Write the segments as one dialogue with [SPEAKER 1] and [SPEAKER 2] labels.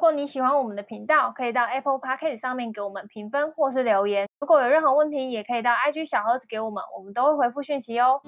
[SPEAKER 1] 果你喜欢我们的频道，可以到 Apple Podcast 上面给我们评分或是留言。如果有任何问题，也可以到 IG 小盒子给我们，我们都会回复讯息哦。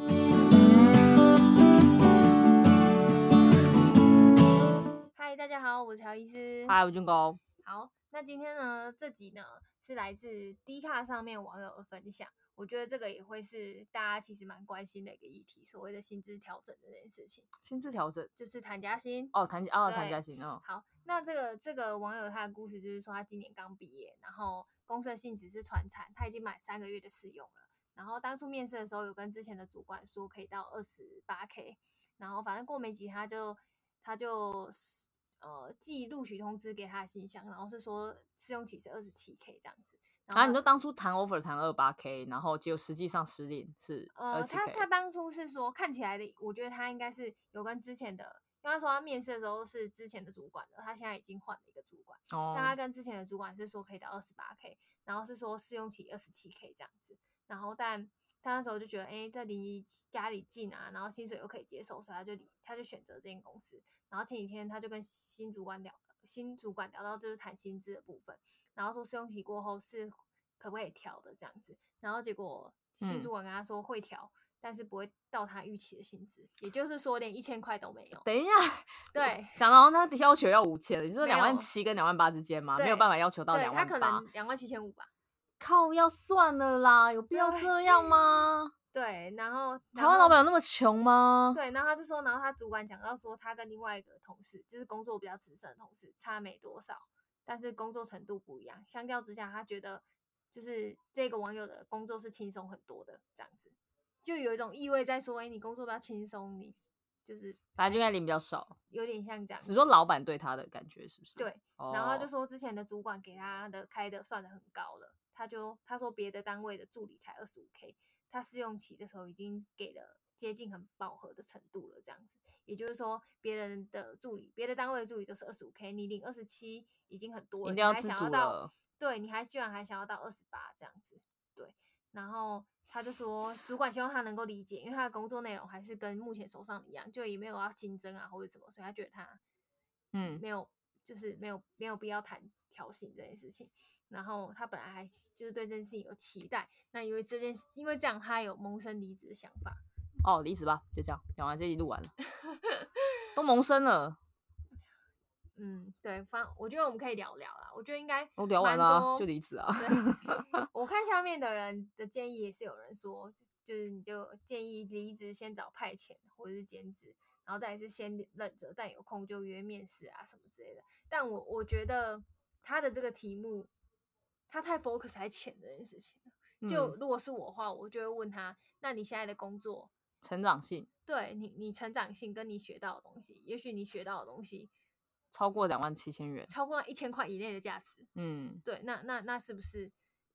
[SPEAKER 1] 嗨，大家好，我是乔伊斯。
[SPEAKER 2] 嗨，吴俊高，
[SPEAKER 1] 好，那今天呢，这集呢是来自 D 卡上面网友的分享，我觉得这个也会是大家其实蛮关心的一个议题，所谓的薪资调整的这件事情，
[SPEAKER 2] 薪资调整
[SPEAKER 1] 就是谈加薪
[SPEAKER 2] 哦，谭家哦，
[SPEAKER 1] 对
[SPEAKER 2] 谭家行哦，
[SPEAKER 1] 好，那这个这个网友他的故事就是说，他今年刚毕业，然后公司的性质是传产，他已经满三个月的试用了。然后当初面试的时候，有跟之前的主管说可以到二十八 k，然后反正过没几天他就他就是呃寄录取通知给他的信箱，然后是说试用期是二十七 k 这样子。然
[SPEAKER 2] 啊，
[SPEAKER 1] 后
[SPEAKER 2] 你
[SPEAKER 1] 他
[SPEAKER 2] 都当初谈 offer 谈二八 k，然后结果实际上实领是
[SPEAKER 1] 呃，
[SPEAKER 2] 二十
[SPEAKER 1] 他
[SPEAKER 2] k，
[SPEAKER 1] 他当初是说看起来的，我觉得他应该是有跟之前的，因为他说他面试的时候是之前的主管了，他现在已经换了一个主管。
[SPEAKER 2] 哦
[SPEAKER 1] 但他跟之前的主管是说可以到二十八 k，然后是说试用期二十七 k 这样子，然后但他那时候就觉得，哎、这离家里近啊，然后薪水又可以接受，所以他就离他就选择这间公司。然后前几天他就跟新主管聊，新主管聊到就是谈薪资的部分，然后说试用期过后是可不可以调的这样子，然后结果新
[SPEAKER 2] 嗯
[SPEAKER 1] 主管跟他说会调。但是不会到他预期的薪资，也就是说连一千块都没有。
[SPEAKER 2] 等一下，
[SPEAKER 1] 对，
[SPEAKER 2] 讲到他要求要五千，你说
[SPEAKER 1] 没
[SPEAKER 2] 两万
[SPEAKER 1] 有
[SPEAKER 2] 七跟两万八之间吗？没有
[SPEAKER 1] 对
[SPEAKER 2] 办法要求到
[SPEAKER 1] 对
[SPEAKER 2] 两
[SPEAKER 1] 他
[SPEAKER 2] 万
[SPEAKER 1] 可
[SPEAKER 2] 八
[SPEAKER 1] 能，两万七千五吧。
[SPEAKER 2] 靠，要算了啦，有必要
[SPEAKER 1] 对
[SPEAKER 2] 这样 吗？
[SPEAKER 1] 对，然后
[SPEAKER 2] 台
[SPEAKER 1] 然
[SPEAKER 2] 湾老
[SPEAKER 1] 后
[SPEAKER 2] 板有那么穷吗？
[SPEAKER 1] 对，然后他就说，然后他主管讲到说，他跟另外一个同事，就是工作比较资深的同事，差没多少，但是工作程度不一样。相较之下，他觉得就是这个网友的工作是轻松很多的，这样子，就有一种意味在说，哎，你工作比较轻松，你就是
[SPEAKER 2] 反正就应该领比较少。
[SPEAKER 1] 有点像这样子。
[SPEAKER 2] 你说老板对他的感觉是不是？
[SPEAKER 1] 对，
[SPEAKER 2] 哦，
[SPEAKER 1] 然后他就说之前的主管给他的开的算的很高了，他就他说别的单位的助理才二十五 k，他试用期的时候已经给了接近很饱和的程度了，这样子，也就是说别人的助理，别的单位的助理都是二十五 k，你领二十七已经很多了，
[SPEAKER 2] 一
[SPEAKER 1] 你
[SPEAKER 2] 定要
[SPEAKER 1] 还
[SPEAKER 2] 知
[SPEAKER 1] 想
[SPEAKER 2] 足
[SPEAKER 1] 要到
[SPEAKER 2] 了。
[SPEAKER 1] 对，你还居然还想要到二十八这样子，对，然后他就说主管希望他能够理解，因为他的工作内容还是跟目前手上的一样，就也没有要新增啊或者什么，所以他觉得他
[SPEAKER 2] 嗯，
[SPEAKER 1] 没有，就是没有没有必要谈调薪这件事情。然后他本来还就是对这件事情有期待，那因为这件事，因为这样他有萌生离职的想法。
[SPEAKER 2] 哦，离职吧，就这样，讲完这集 录完了，都萌生了，
[SPEAKER 1] 嗯，对，反我觉得我们可以聊聊啦。我觉得应该
[SPEAKER 2] 都聊完
[SPEAKER 1] 蛮
[SPEAKER 2] 了啊、
[SPEAKER 1] 多
[SPEAKER 2] 就离职啊。
[SPEAKER 1] 对嗯我看下面的人的建议也是有人说，就是你就建议离职先找派遣或者是兼职，然后再来是先忍着，但有空就约面试啊什么之类的。但我我觉得他的这个题目，他太 focus 在钱这件事情了。就
[SPEAKER 2] 嗯
[SPEAKER 1] 如果是我的话，我就会问他，那你现在的工作，
[SPEAKER 2] 成长性
[SPEAKER 1] 对你你成长性跟你学到的东西，也许你学到的东西
[SPEAKER 2] 超过两万七千元，
[SPEAKER 1] 超过了一千块以内的价值，
[SPEAKER 2] 嗯
[SPEAKER 1] 对，那那那是不是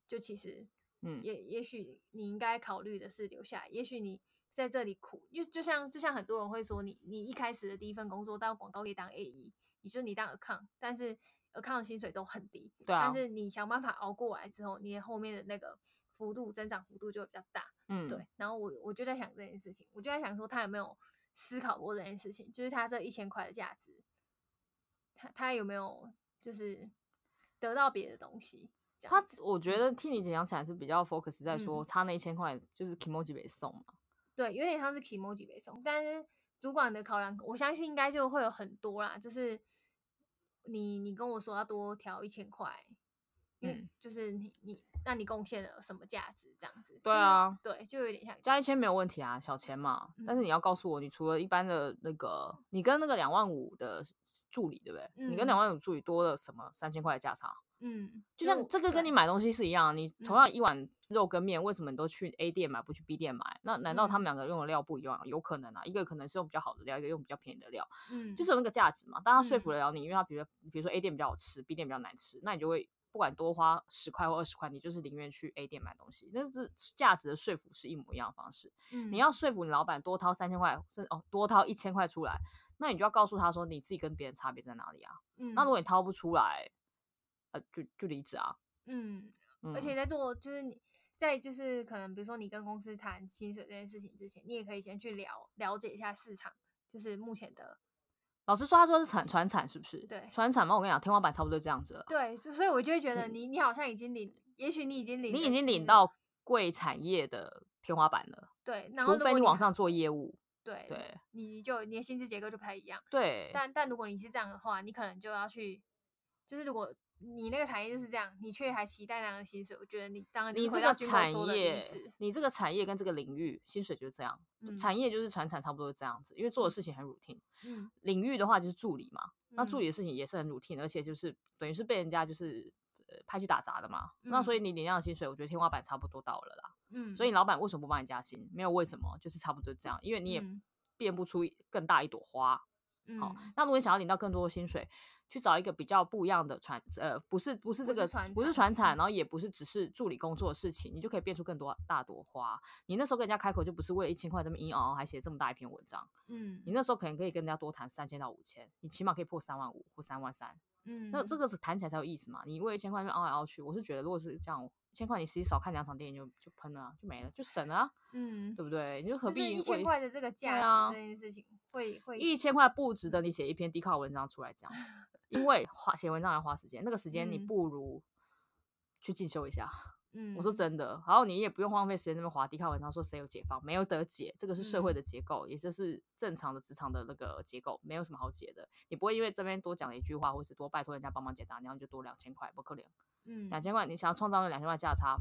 [SPEAKER 1] 就其实
[SPEAKER 2] 嗯，
[SPEAKER 1] 也也许你应该考虑的是留下来，也许你在这里苦，就就像就像很多人会说你，你一开始的第一份工作到广告业当 A E，你说你当 account，但是 account 的薪水都很低，
[SPEAKER 2] 对啊
[SPEAKER 1] 但，是你想办法熬过来之后，你的后面的那个幅度增长幅度就会比较大，
[SPEAKER 2] 嗯
[SPEAKER 1] 对。然后我我就在想这件事情，我就在想说他有没有思考过这件事情，就是他这一千块的价值，他他有没有就是得到别的东西？这样
[SPEAKER 2] 他
[SPEAKER 1] 子
[SPEAKER 2] 我觉得听你讲起来是比较 focus 在
[SPEAKER 1] 嗯
[SPEAKER 2] 说差那一千块就是 emoji 被送嘛，
[SPEAKER 1] 对，有点像是 emoji 背诵，但是主管的考量，我相信应该就会有很多啦。就是你你跟我说要多调一千块，因为
[SPEAKER 2] 嗯
[SPEAKER 1] 就是你你那你贡献了什么价值这样子？
[SPEAKER 2] 对
[SPEAKER 1] 就是
[SPEAKER 2] 啊
[SPEAKER 1] 对，就有点像这
[SPEAKER 2] 加
[SPEAKER 1] 样
[SPEAKER 2] 一千没有问题啊，小钱嘛。但是
[SPEAKER 1] 嗯
[SPEAKER 2] 你要告诉我，你除了一般的那个，你跟那个两万五的助理对不对？你跟
[SPEAKER 1] 嗯
[SPEAKER 2] 两万五助理多了什么三千块的价差？
[SPEAKER 1] 嗯，
[SPEAKER 2] 就像这个跟你
[SPEAKER 1] 对
[SPEAKER 2] 买东西是一样啊，你同
[SPEAKER 1] 嗯
[SPEAKER 2] 样一碗肉跟面，为什么你都去 A 店买，不去 B 店买？那难道他
[SPEAKER 1] 嗯
[SPEAKER 2] 们两个用的料不一样？有可能啊，一个可能是用比较好的料，一个用比较便宜的料，
[SPEAKER 1] 嗯，
[SPEAKER 2] 就是有那个价值嘛。但他说服
[SPEAKER 1] 嗯
[SPEAKER 2] 得了你，因为他比如比如说 A 店比较好吃，B 店比较难吃，那你就会不管多花十块或二十块，你就是宁愿去 A 店买东西。那是价值的说服是一模一样的方式。
[SPEAKER 1] 嗯
[SPEAKER 2] 你要说服你老板多掏三千块，甚至哦多掏一千块出来，那你就要告诉他说你自己跟别人差别在哪里啊？
[SPEAKER 1] 嗯
[SPEAKER 2] 那如果你掏不出来，呃，就就离职啊。
[SPEAKER 1] 嗯嗯
[SPEAKER 2] 嗯、
[SPEAKER 1] 而且在做就是你在就是可能比如说你跟公司谈薪水这件事情之前，你也可以先去了了解一下市场，就是目前的
[SPEAKER 2] 老师说他说是传传产是不是？
[SPEAKER 1] 对
[SPEAKER 2] 传产嘛，我跟你讲，天花板差不多这样子了。
[SPEAKER 1] 对，所所以我就会觉得你你好像已经领，也许你已经领了，
[SPEAKER 2] 嗯你已经
[SPEAKER 1] 是不
[SPEAKER 2] 领
[SPEAKER 1] 是
[SPEAKER 2] 到贵产业的天花板了，
[SPEAKER 1] 对，然后
[SPEAKER 2] 除
[SPEAKER 1] 如
[SPEAKER 2] 非
[SPEAKER 1] 果
[SPEAKER 2] 你往
[SPEAKER 1] 还
[SPEAKER 2] 上做业务。
[SPEAKER 1] 对
[SPEAKER 2] 对
[SPEAKER 1] 你就你的薪资结构就不太一样。
[SPEAKER 2] 对，
[SPEAKER 1] 但但如果你是这样的话，你可能就要去，就是如果你那个产业就是这样，你却还期待那样的薪水，我觉得你当然就
[SPEAKER 2] 你
[SPEAKER 1] 是
[SPEAKER 2] 这
[SPEAKER 1] 回到
[SPEAKER 2] 个
[SPEAKER 1] 军
[SPEAKER 2] 产
[SPEAKER 1] 工说的
[SPEAKER 2] 业
[SPEAKER 1] 离职，
[SPEAKER 2] 你这个产业跟这个领域薪水就是这样，
[SPEAKER 1] 嗯
[SPEAKER 2] 产业就是传产差不多是这样子，因为做的事情很 routine。
[SPEAKER 1] 嗯，
[SPEAKER 2] 领域的话就是助理嘛，那助
[SPEAKER 1] 嗯
[SPEAKER 2] 理的事情也是很 routine，而且就是等于是被人家就是呃派去打杂的嘛。那所以你领那样的薪水，我觉得天花板差不多到了啦。
[SPEAKER 1] 嗯，
[SPEAKER 2] 所以老板为什么不帮你加薪？没有为什么，就是差不多这样，因为你也
[SPEAKER 1] 嗯
[SPEAKER 2] 变不出更大一朵花。好、
[SPEAKER 1] 嗯
[SPEAKER 2] 那如果你想要领到更多的薪水，去找一个比较不一样的传呃，不是不是
[SPEAKER 1] 不
[SPEAKER 2] 这
[SPEAKER 1] 是
[SPEAKER 2] 个
[SPEAKER 1] 传
[SPEAKER 2] 不是
[SPEAKER 1] 产
[SPEAKER 2] 传
[SPEAKER 1] 嗯
[SPEAKER 2] 产，然后也不是只是助理工作的事情，你就可以变出更多大朵花。你那时候跟人家开口就不是为了一千块这么硬熬，还写这么大一篇文章，
[SPEAKER 1] 嗯
[SPEAKER 2] 你那时候可能可以跟人家多谈三千到五千，你起码可以破三万五或三万三，
[SPEAKER 1] 嗯，
[SPEAKER 2] 那这个是谈起来才有意思嘛。你为一千块就凹来凹去，我是觉得如果是这样，一千块你实际少看两场电影就就喷了啊、就没了，就省了、啊，
[SPEAKER 1] 嗯，
[SPEAKER 2] 对不对？你就何
[SPEAKER 1] 就
[SPEAKER 2] 必
[SPEAKER 1] 是一
[SPEAKER 2] 为
[SPEAKER 1] 千块的这个价值、
[SPEAKER 2] 啊
[SPEAKER 1] 这件事情会会
[SPEAKER 2] 一千块不值得你写一篇低靠文章出来讲，因为 花写文章要花时间，那个时间你
[SPEAKER 1] 嗯
[SPEAKER 2] 不如去进修一下。
[SPEAKER 1] 嗯，
[SPEAKER 2] 我说真的，然后你也不用荒废时间在那边划低靠文章，说谁有解放，没有得解，这个是社会
[SPEAKER 1] 嗯
[SPEAKER 2] 的结构，也就是正常的职场的那个结构，没有什么好解的。你不会因为这边多讲了一句话，或是多拜托人家帮忙解答，然后你就多两千块，不可怜。
[SPEAKER 1] 嗯
[SPEAKER 2] 两千块，你想要创造那两千块价差，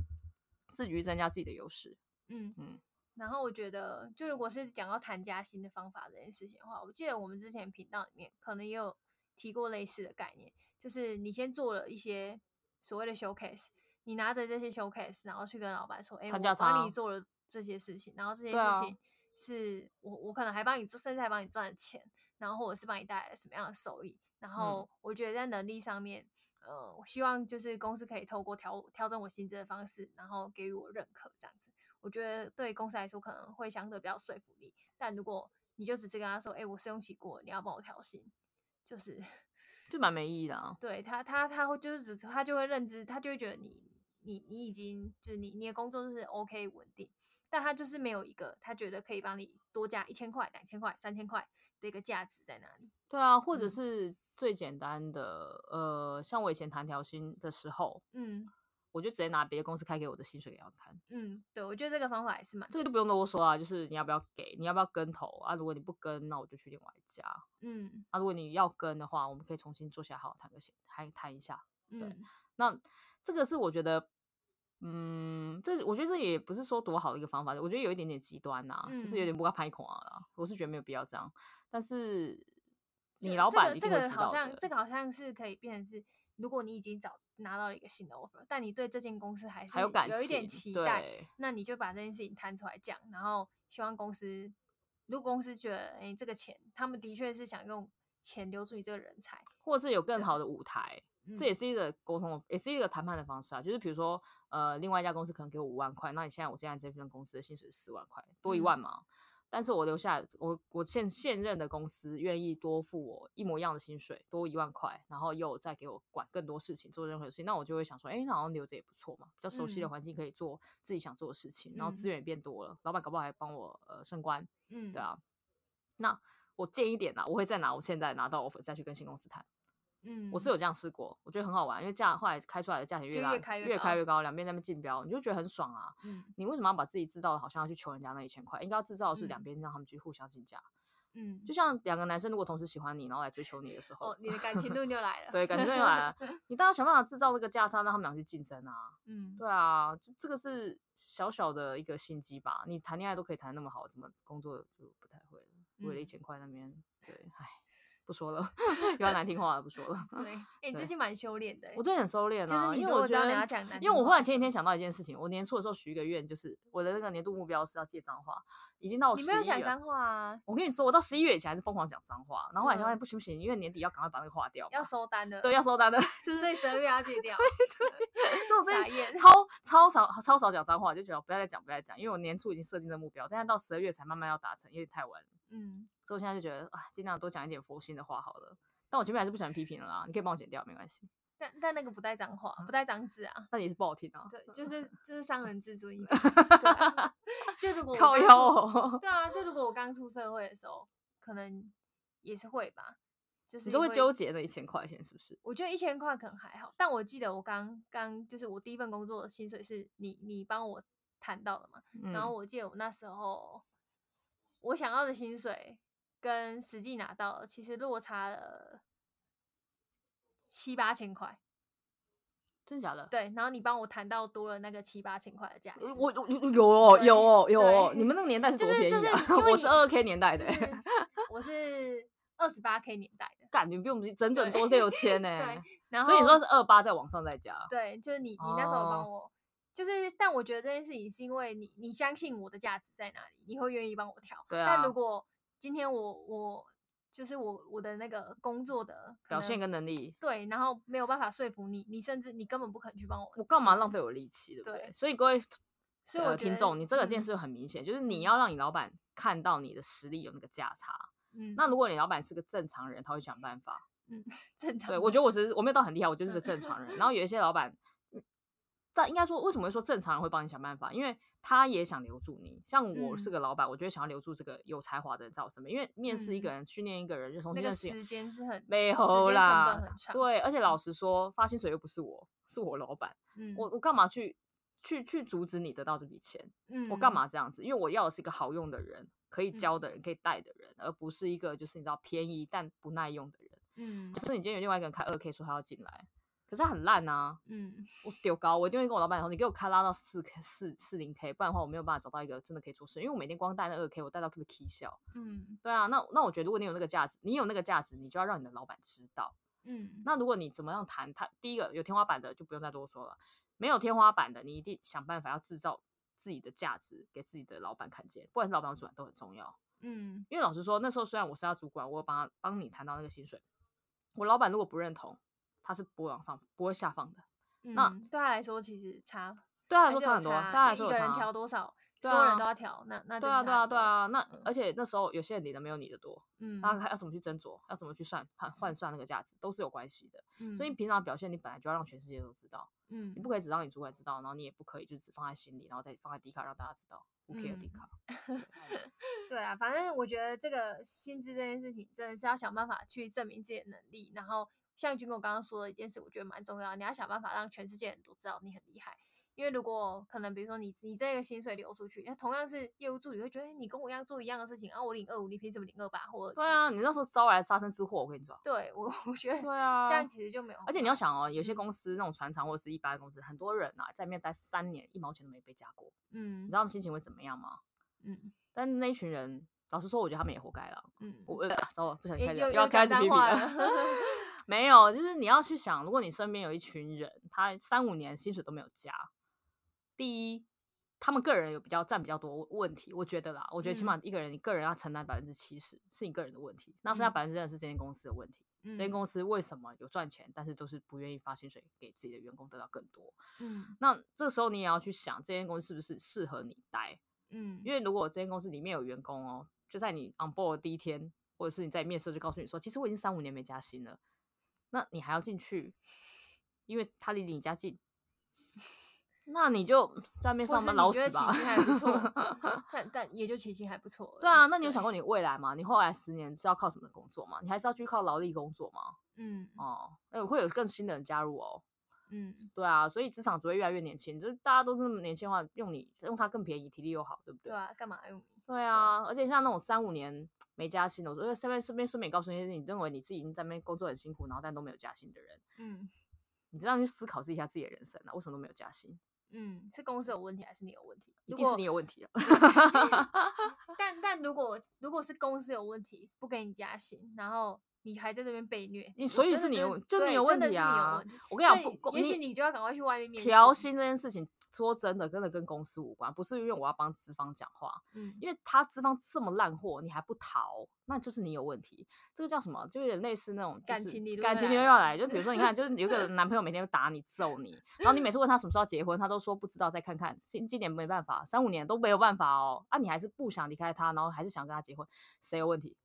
[SPEAKER 2] 自己去增加自己的优势。
[SPEAKER 1] 嗯
[SPEAKER 2] 嗯
[SPEAKER 1] 嗯。然后我觉得，就如果是讲到谈加薪的方法这件事情的话，我记得我们之前频道里面可能也有提过类似的概念，就是你先做了一些所谓的 showcase，你拿着这些 showcase，然后去跟老板说，哎、
[SPEAKER 2] 谈价
[SPEAKER 1] 我帮
[SPEAKER 2] 差
[SPEAKER 1] 你做了这些事情，然后这些
[SPEAKER 2] 对啊
[SPEAKER 1] 事情是、我我可能还帮你做，甚至还帮你赚了钱，然后或者是帮你带来了什么样的收益。然后我觉得在能力上面，呃，我希望就是公司可以透过调调整我薪资的方式，然后给予我认可这样子。我觉得对公司来说可能会相对比较有说服力。但如果你就只是跟他说：“哎、我试用期过了，你要帮我调薪。”就是
[SPEAKER 2] 就蛮没意义的、啊。
[SPEAKER 1] 对他，他他会就是只他就会认知，他就会觉得你你你已经就是你你的工作就是 OK 稳定，但他就是没有一个他觉得可以帮你多加一千块、两千块、三千块的一个价值在哪里。
[SPEAKER 2] 对啊，或者
[SPEAKER 1] 嗯
[SPEAKER 2] 是最简单的，呃，像我以前谈调薪的时候，
[SPEAKER 1] 嗯
[SPEAKER 2] 我就直接拿别的公司开给我的薪水给他们看，
[SPEAKER 1] 嗯，对，我觉得这个方法也是蛮
[SPEAKER 2] 这个就不用啰嗦啊，就是你要不要给，你要不要跟投啊？如果你不跟，那我就去另外一家；
[SPEAKER 1] 嗯
[SPEAKER 2] 啊，如果你要跟的话，我们可以重新坐下来好好谈个闲，还谈一下。
[SPEAKER 1] 嗯
[SPEAKER 2] 那这个是我觉得，嗯，这我觉得这也不是说多好的一个方法，我觉得有一点点极端呐、就是有
[SPEAKER 1] 嗯
[SPEAKER 2] 点不该拍垮啦。我是觉得没有必要这样，但是
[SPEAKER 1] 就
[SPEAKER 2] 你老板一
[SPEAKER 1] 这
[SPEAKER 2] 定
[SPEAKER 1] 个
[SPEAKER 2] 会
[SPEAKER 1] 这
[SPEAKER 2] 知
[SPEAKER 1] 个好
[SPEAKER 2] 道
[SPEAKER 1] 像
[SPEAKER 2] 的
[SPEAKER 1] 这。个好像是可以变成是，如果你已经找拿到了一个新的 offer，但你对这间公司还是
[SPEAKER 2] 还有感情，
[SPEAKER 1] 有一点期待，
[SPEAKER 2] 对，
[SPEAKER 1] 那你就把这件事情摊出来讲，然后希望公司，如果公司觉得哎、诶这个钱，他们的确是想用钱留住你这个人才，
[SPEAKER 2] 或是有更
[SPEAKER 1] 对
[SPEAKER 2] 好的舞台，这也
[SPEAKER 1] 嗯
[SPEAKER 2] 是一个沟通的，也是一个谈判的方式啊。就是比如说，呃，另外一家公司可能给我五万块，那你现在我现在这份公司的薪水是四万块，多一
[SPEAKER 1] 嗯
[SPEAKER 2] 万嘛。但是我留下来我我现现任的公司愿意多付我一模一样的薪水，多一万块，然后又再给我管更多事情，做任何事情，那我就会想说，哎，那好像留着也不错嘛，比较熟悉的
[SPEAKER 1] 嗯
[SPEAKER 2] 环境可以做自己想做的事情，然后
[SPEAKER 1] 嗯
[SPEAKER 2] 资源也变多了，老板搞不好还帮我呃升官，
[SPEAKER 1] 嗯，
[SPEAKER 2] 对，啊。那我建议点啦，我会再拿我现在拿到 offer 再去跟新公司谈。
[SPEAKER 1] 嗯，
[SPEAKER 2] 我是有这样试过，我觉得很好玩，因为价后来开出来的价钱
[SPEAKER 1] 就
[SPEAKER 2] 大，
[SPEAKER 1] 越开越
[SPEAKER 2] 越开
[SPEAKER 1] 高
[SPEAKER 2] 越高，两边在那边竞标，你就觉得很爽啊。
[SPEAKER 1] 嗯
[SPEAKER 2] 你为什么要把自己制造的好像要去求人家那一千块？应该要制造的是两
[SPEAKER 1] 嗯
[SPEAKER 2] 边让他们去互相竞价。
[SPEAKER 1] 嗯，
[SPEAKER 2] 就像两个男生如果同时喜欢你，然后来追求你的时候，
[SPEAKER 1] 哦，你的感情论就 来了，
[SPEAKER 2] 对，感觉就来 了，。啊你当然想办法制造那个价差，让他们俩去竞争啊。
[SPEAKER 1] 嗯，
[SPEAKER 2] 对啊，这这个是小小的一个心机吧。你谈恋爱都可以谈那么好，怎么工作就不太会了？为了一
[SPEAKER 1] 嗯
[SPEAKER 2] 千块那边，对，唉，不说了， 有点难听话了，不 说了。
[SPEAKER 1] 对，哎、你
[SPEAKER 2] 对
[SPEAKER 1] 最近蛮修炼的欸、
[SPEAKER 2] 我最近很收敛啊，
[SPEAKER 1] 就是你
[SPEAKER 2] 因为
[SPEAKER 1] 如
[SPEAKER 2] 我
[SPEAKER 1] 果知
[SPEAKER 2] 觉
[SPEAKER 1] 道你
[SPEAKER 2] 得
[SPEAKER 1] 要讲难
[SPEAKER 2] 因
[SPEAKER 1] 听
[SPEAKER 2] 为我忽
[SPEAKER 1] 话
[SPEAKER 2] 然
[SPEAKER 1] 的
[SPEAKER 2] 前几
[SPEAKER 1] 时
[SPEAKER 2] 天想到一件事情，我年初的时候许一个愿，就是我的那个年度目标是要戒脏话，已经到
[SPEAKER 1] 你
[SPEAKER 2] 十
[SPEAKER 1] 没有
[SPEAKER 2] 一
[SPEAKER 1] 讲
[SPEAKER 2] 了
[SPEAKER 1] 脏。话啊，
[SPEAKER 2] 我跟你说，我到十一月以前还是疯狂讲脏话，然后后来想想
[SPEAKER 1] 嗯
[SPEAKER 2] 不行不行，因为年底要赶快把那个划掉嘛，
[SPEAKER 1] 要收单的，
[SPEAKER 2] 对要收单的，就是
[SPEAKER 1] 所以十二月要戒 掉。
[SPEAKER 2] 那我最
[SPEAKER 1] 傻
[SPEAKER 2] 近
[SPEAKER 1] 眼
[SPEAKER 2] 超超少超少讲脏话，就觉得不要再讲不要再讲，因为我年初已经设定的目标，但是到十二月才慢慢要达成，因为太晚了，
[SPEAKER 1] 嗯，
[SPEAKER 2] 所以我现在就觉得啊，尽量多讲一点佛心的话好了。但我前面还是不喜欢批评了啦，你可以帮我剪掉，没关系。
[SPEAKER 1] 但但那个不带脏话，不带脏字啊，
[SPEAKER 2] 但也是不好听啊，
[SPEAKER 1] 对， 就是就是伤人自尊一点。对啊就如果 我
[SPEAKER 2] 靠
[SPEAKER 1] 刚
[SPEAKER 2] 腰
[SPEAKER 1] 出
[SPEAKER 2] 哦。
[SPEAKER 1] 对啊，就如果我刚出社会的时候，可能也是会吧。就是
[SPEAKER 2] 你都会
[SPEAKER 1] 因为
[SPEAKER 2] 纠结那一千块钱是不是？
[SPEAKER 1] 我觉得一千块可能还好，但我记得我刚刚就是我第一份工作的薪水是你你帮我谈到的嘛，然后
[SPEAKER 2] 嗯
[SPEAKER 1] 我记得我那时候我想要的薪水跟实际拿到的其实落差了七八千块，
[SPEAKER 2] 真的假的？
[SPEAKER 1] 对，然后你帮我谈到多了那个七八千块的价值，
[SPEAKER 2] 呃我有有有哦有哦有哦，
[SPEAKER 1] 对
[SPEAKER 2] 你们那个年代是
[SPEAKER 1] 就
[SPEAKER 2] 多
[SPEAKER 1] 是
[SPEAKER 2] 便宜
[SPEAKER 1] 就是
[SPEAKER 2] 啊！
[SPEAKER 1] 因为
[SPEAKER 2] 我是
[SPEAKER 1] 你
[SPEAKER 2] 二 K 年代的
[SPEAKER 1] 就， 是我是二十八 K 年代的，
[SPEAKER 2] 感觉比我们整整
[SPEAKER 1] 对
[SPEAKER 2] 多六千呢。
[SPEAKER 1] 对，然后
[SPEAKER 2] 所以你说是二哦八再往上再加，
[SPEAKER 1] 对，就是你你那时候帮我，就是但我觉得这件事情是因为你你相信我的价值在哪里，你会愿意帮我调。
[SPEAKER 2] 对
[SPEAKER 1] 但
[SPEAKER 2] 啊
[SPEAKER 1] 如果今天我我就是我我的那个工作的可
[SPEAKER 2] 表现
[SPEAKER 1] 能
[SPEAKER 2] 跟能力，
[SPEAKER 1] 对，然后没有办法说服你，你甚至你根本不肯去帮我，
[SPEAKER 2] 我干嘛浪费？我力气，对不对
[SPEAKER 1] 对？
[SPEAKER 2] 所以各位
[SPEAKER 1] 所以
[SPEAKER 2] 呃
[SPEAKER 1] 我觉
[SPEAKER 2] 听
[SPEAKER 1] 得
[SPEAKER 2] 众，你这个件
[SPEAKER 1] 嗯
[SPEAKER 2] 事很明显，就是你
[SPEAKER 1] 嗯
[SPEAKER 2] 要让你老板看到你的实力有那个价差。
[SPEAKER 1] 嗯，
[SPEAKER 2] 那如果你老板是个正常人，他会想办法。
[SPEAKER 1] 正常
[SPEAKER 2] 对
[SPEAKER 1] 的。
[SPEAKER 2] 我觉得我只是我没有到很厉害，我就
[SPEAKER 1] 嗯
[SPEAKER 2] 是个正常人。然后有一些老板，嗯但应该说为什么会说正常人会帮你想办法？因为他也想留住你。像我是
[SPEAKER 1] 嗯
[SPEAKER 2] 个老板，我就会想要留住这个有才华的人在我身边，因为面试一个
[SPEAKER 1] 嗯
[SPEAKER 2] 人、训练一个人，就重
[SPEAKER 1] 那
[SPEAKER 2] 新
[SPEAKER 1] 个
[SPEAKER 2] 认识一
[SPEAKER 1] 时间是很
[SPEAKER 2] 没
[SPEAKER 1] 时
[SPEAKER 2] 有
[SPEAKER 1] 间成
[SPEAKER 2] 啦
[SPEAKER 1] 本很，长。
[SPEAKER 2] 对，啊而且老实说，发薪水又不是我，是我老板，
[SPEAKER 1] 嗯，
[SPEAKER 2] 我我干嘛去去去阻止你得到这笔钱？我干
[SPEAKER 1] 嗯
[SPEAKER 2] 嘛？这样子？因为我要的是一个好用的人，可以
[SPEAKER 1] 嗯
[SPEAKER 2] 教的人，可以带的人，而不是一个就是你知道便宜但不耐用的人。
[SPEAKER 1] 嗯
[SPEAKER 2] 假设你今天有另外一个人开二 K 说他要进来，可是他很烂啊，
[SPEAKER 1] 嗯
[SPEAKER 2] 我丢高，我一定会跟我老板说，你给我开拉到四 K 四四零 K，不然的话我没有办法找到一个真的可以做事，因为我每天光带那二 K，我带到可不可以笑？
[SPEAKER 1] 嗯
[SPEAKER 2] 对啊，那那我觉得如果你有那个价值，你有那个价值，你就要让你的老板知道。
[SPEAKER 1] 嗯，
[SPEAKER 2] 那如果你怎么样谈，他第一个有天花板的就不用再多说了，没有天花板的，你一定想办法要制造自己的价值给自己的老板看见，不管是老板或主管都很重要。
[SPEAKER 1] 嗯
[SPEAKER 2] 因为老实说，那时候虽然我是他主管，我有帮他帮你谈到那个薪水，我老板如果不认同，他是不会往上不会下放的。那
[SPEAKER 1] 嗯对他来说其实差
[SPEAKER 2] 对他来
[SPEAKER 1] 还
[SPEAKER 2] 说
[SPEAKER 1] 是
[SPEAKER 2] 差
[SPEAKER 1] 有
[SPEAKER 2] 很多，啊
[SPEAKER 1] 差
[SPEAKER 2] 对他来
[SPEAKER 1] 一
[SPEAKER 2] 说有
[SPEAKER 1] 个人
[SPEAKER 2] 差
[SPEAKER 1] 调多少，
[SPEAKER 2] 对
[SPEAKER 1] 所有人
[SPEAKER 2] 啊
[SPEAKER 1] 都要调，那那就
[SPEAKER 2] 对
[SPEAKER 1] 是
[SPEAKER 2] 啊，对
[SPEAKER 1] 差
[SPEAKER 2] 啊，啊
[SPEAKER 1] 很
[SPEAKER 2] 对
[SPEAKER 1] 多，
[SPEAKER 2] 啊。那、
[SPEAKER 1] 嗯
[SPEAKER 2] 而且那时候有些人你的没有你的多，
[SPEAKER 1] 嗯，
[SPEAKER 2] 他看要怎么去斟酌，要怎么去算换换算那个价值，都是有关系的。啊所以
[SPEAKER 1] 嗯
[SPEAKER 2] 平常表现你本来就要让全世界都知道。
[SPEAKER 1] 嗯
[SPEAKER 2] 你不可以只让你主管知道，然后你也不可以就只放在心里，然后再放在迪卡让大家知道。不 care
[SPEAKER 1] 嗯
[SPEAKER 2] 迪卡，
[SPEAKER 1] 对啊，反正我觉得这个薪资这件事情真的是要想办法去证明自己的能力，然后像军哥刚刚说的一件事，我觉得蛮重要，你要想办法让全世界人都知道你很厉害。因为如果可能，比如说你你这个薪水流出去，那同样是业务助理会觉得哎你跟我一样做一样的事情，啊，我领二五，你凭什么领二八或
[SPEAKER 2] 对
[SPEAKER 1] 二七？
[SPEAKER 2] 啊，你那时候招来杀身之祸，我跟你说。
[SPEAKER 1] 对我我觉得
[SPEAKER 2] 对 啊，
[SPEAKER 1] 这样其实就没有很好。
[SPEAKER 2] 而且你要想哦，有些
[SPEAKER 1] 嗯
[SPEAKER 2] 公司那种船厂或者是一般公司，很多人啊在里面待三年，一毛钱都没被加过，你
[SPEAKER 1] 嗯
[SPEAKER 2] 知道他们心情会怎么样吗？
[SPEAKER 1] 嗯
[SPEAKER 2] 但那一群人，老实说，我觉得他们也活该了。
[SPEAKER 1] 嗯，
[SPEAKER 2] 我呃，糟了，不小心
[SPEAKER 1] 也
[SPEAKER 2] 开始
[SPEAKER 1] 又
[SPEAKER 2] 又要
[SPEAKER 1] 又讲
[SPEAKER 2] 开始
[SPEAKER 1] 脏
[SPEAKER 2] 比比
[SPEAKER 1] 话
[SPEAKER 2] 了。
[SPEAKER 1] 了
[SPEAKER 2] 没有，就是你要去想，如果你身边有一群人，他三五年薪水都没有加，第一，他们个人有比较占比较多问题，我觉得啦，我觉得起
[SPEAKER 1] 嗯
[SPEAKER 2] 码一个人，你个人要承担百分之七十是你个人的问题，那剩下
[SPEAKER 1] 嗯
[SPEAKER 2] 百分之二是这间公司的问题。这间
[SPEAKER 1] 嗯
[SPEAKER 2] 公司为什么有赚钱，但是都是不愿意发薪水给自己的员工得到更多？
[SPEAKER 1] 嗯
[SPEAKER 2] 那这时候你也要去想，这间公司是不是适合你待？
[SPEAKER 1] 嗯，
[SPEAKER 2] 因为如果这间公司里面有员工哦，就在你 on board 的第一天，或者是你在面试就告诉你说，其实我已经三五年没加薪了，那你还要进去，因为他离你家近，那你就在
[SPEAKER 1] 嗯
[SPEAKER 2] 面
[SPEAKER 1] 或
[SPEAKER 2] 上
[SPEAKER 1] 是
[SPEAKER 2] 班
[SPEAKER 1] 你
[SPEAKER 2] 老
[SPEAKER 1] 觉得
[SPEAKER 2] 死
[SPEAKER 1] 起
[SPEAKER 2] 吧。
[SPEAKER 1] 薪还不 错，但但也就起薪还不错而已。
[SPEAKER 2] 对啊，那你有想过你未来吗？你后来十年是要靠什么工作吗？你还是要去靠劳力工作吗？
[SPEAKER 1] 嗯
[SPEAKER 2] 哦，哎，会有更新的人加入哦。
[SPEAKER 1] 嗯
[SPEAKER 2] 对啊，所以职场只会越来越年轻，就是大家都是那么年轻的话，用你用它更便宜，体力又好，对不对？
[SPEAKER 1] 对啊，干嘛用你？
[SPEAKER 2] 对啊，而且像那种三五年没加薪的，我说呃顺便顺便顺便告诉你，你认为你自己已经在那边工作很辛苦，然后但都没有加薪的人，
[SPEAKER 1] 嗯
[SPEAKER 2] 你这样去思考自己一下自己的人生啊，为什么都没有加薪？
[SPEAKER 1] 嗯，是公司有问题还是你有问题？
[SPEAKER 2] 一
[SPEAKER 1] 如
[SPEAKER 2] 定是
[SPEAKER 1] 果
[SPEAKER 2] 你有 问题啊！
[SPEAKER 1] 但但如果如果是公司有问题，不给你加薪，然后你还在这边被虐，
[SPEAKER 2] 你
[SPEAKER 1] 我
[SPEAKER 2] 所以
[SPEAKER 1] 真的
[SPEAKER 2] 是你
[SPEAKER 1] 真
[SPEAKER 2] 有
[SPEAKER 1] 的
[SPEAKER 2] 就你
[SPEAKER 1] 对
[SPEAKER 2] 有问
[SPEAKER 1] 真的
[SPEAKER 2] 题
[SPEAKER 1] 是你有
[SPEAKER 2] 啊
[SPEAKER 1] 问题
[SPEAKER 2] 我跟你讲
[SPEAKER 1] 所
[SPEAKER 2] 不
[SPEAKER 1] 以
[SPEAKER 2] 公
[SPEAKER 1] 也许
[SPEAKER 2] 你
[SPEAKER 1] 你就要赶快去外面面试。
[SPEAKER 2] 调薪这件事情，说真的，真的跟公司无关，不是因为我要帮资方讲话，
[SPEAKER 1] 嗯
[SPEAKER 2] 因为他资方这么烂货，你还不逃，那就是你有问题。这个叫什么？就有点类似那种、就是
[SPEAKER 1] 感情理论
[SPEAKER 2] 感情
[SPEAKER 1] 来
[SPEAKER 2] 流
[SPEAKER 1] 了
[SPEAKER 2] 要来。就比如说，你看，就是有个男朋友每天都打你、揍你，然后你每次问他什么时候要结婚，他都说不知道，再看看。今今年没办法，三五年都没有办法哦。啊，你还是不想离开他，然后还是想跟他结婚，谁有问题？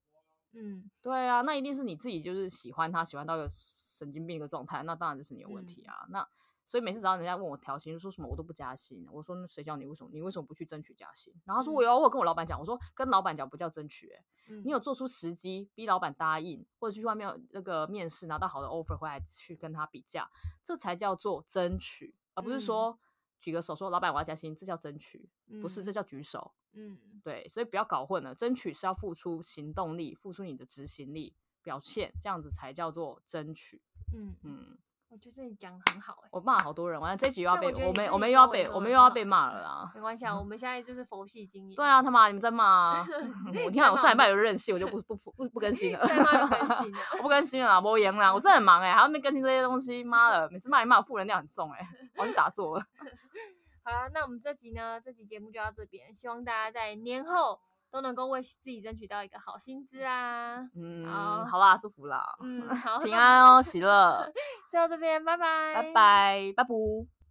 [SPEAKER 1] 嗯
[SPEAKER 2] 对啊，那一定是你自己就是喜欢他，喜欢到一个神经病的状态，那当然就是你有问
[SPEAKER 1] 嗯
[SPEAKER 2] 题啊。那所以每次只要人家问我调薪，就说什么我都不加薪，我说那谁叫你为什么你为什么不去争取加薪？然后他说我
[SPEAKER 1] 嗯
[SPEAKER 2] 有啊，我有跟我老板讲，我说跟老板讲不叫争取、欸，
[SPEAKER 1] 嗯
[SPEAKER 2] 你有做出时机逼老板答应，或者去外面那个面试拿到好的 offer 回来去跟他比价，这才叫做争取，而不
[SPEAKER 1] 嗯
[SPEAKER 2] 是说、举个手说老板我要加薪，这叫争取，不是这
[SPEAKER 1] 嗯
[SPEAKER 2] 叫举手。
[SPEAKER 1] 嗯
[SPEAKER 2] 对，所以不要搞混了，争取是要付出行动力，付出你的执行力。表现这样子才叫做争取，
[SPEAKER 1] 嗯嗯，
[SPEAKER 2] 嗯，
[SPEAKER 1] 我觉得你讲得很好哎、
[SPEAKER 2] 我骂好多人，完了这集又要
[SPEAKER 1] 但
[SPEAKER 2] 被
[SPEAKER 1] 我觉得
[SPEAKER 2] 我
[SPEAKER 1] 你
[SPEAKER 2] 们
[SPEAKER 1] 自
[SPEAKER 2] 我
[SPEAKER 1] 己
[SPEAKER 2] 们又
[SPEAKER 1] 收
[SPEAKER 2] 要
[SPEAKER 1] 尾
[SPEAKER 2] 被
[SPEAKER 1] 收
[SPEAKER 2] 我
[SPEAKER 1] 得
[SPEAKER 2] 们
[SPEAKER 1] 很
[SPEAKER 2] 又要
[SPEAKER 1] 好
[SPEAKER 2] 被骂了 啦。
[SPEAKER 1] 没关系啊，我们现在就是佛系经营。
[SPEAKER 2] 对啊，他妈你们在 骂啊！我天啊，我
[SPEAKER 1] 骂
[SPEAKER 2] 上
[SPEAKER 1] 我
[SPEAKER 2] 礼拜有任性，我就不不不不更 新了，
[SPEAKER 1] 再骂就啊更新了
[SPEAKER 2] 我不更新了啦，我言啦，我真的很忙哎、还要没更新这些东西，妈的，每次骂一骂，我负能量很重哎、我要去打坐 了。
[SPEAKER 1] 好了，那我们这集呢，这集节目就到这边，希望大家在年后都能够为自己争取到一个好薪资啊。
[SPEAKER 2] 嗯，
[SPEAKER 1] 好
[SPEAKER 2] 好啦，祝福啦，
[SPEAKER 1] 嗯，好，
[SPEAKER 2] 平安哦，喜乐，
[SPEAKER 1] 就到这边，拜拜，
[SPEAKER 2] 拜。拜，拜拜。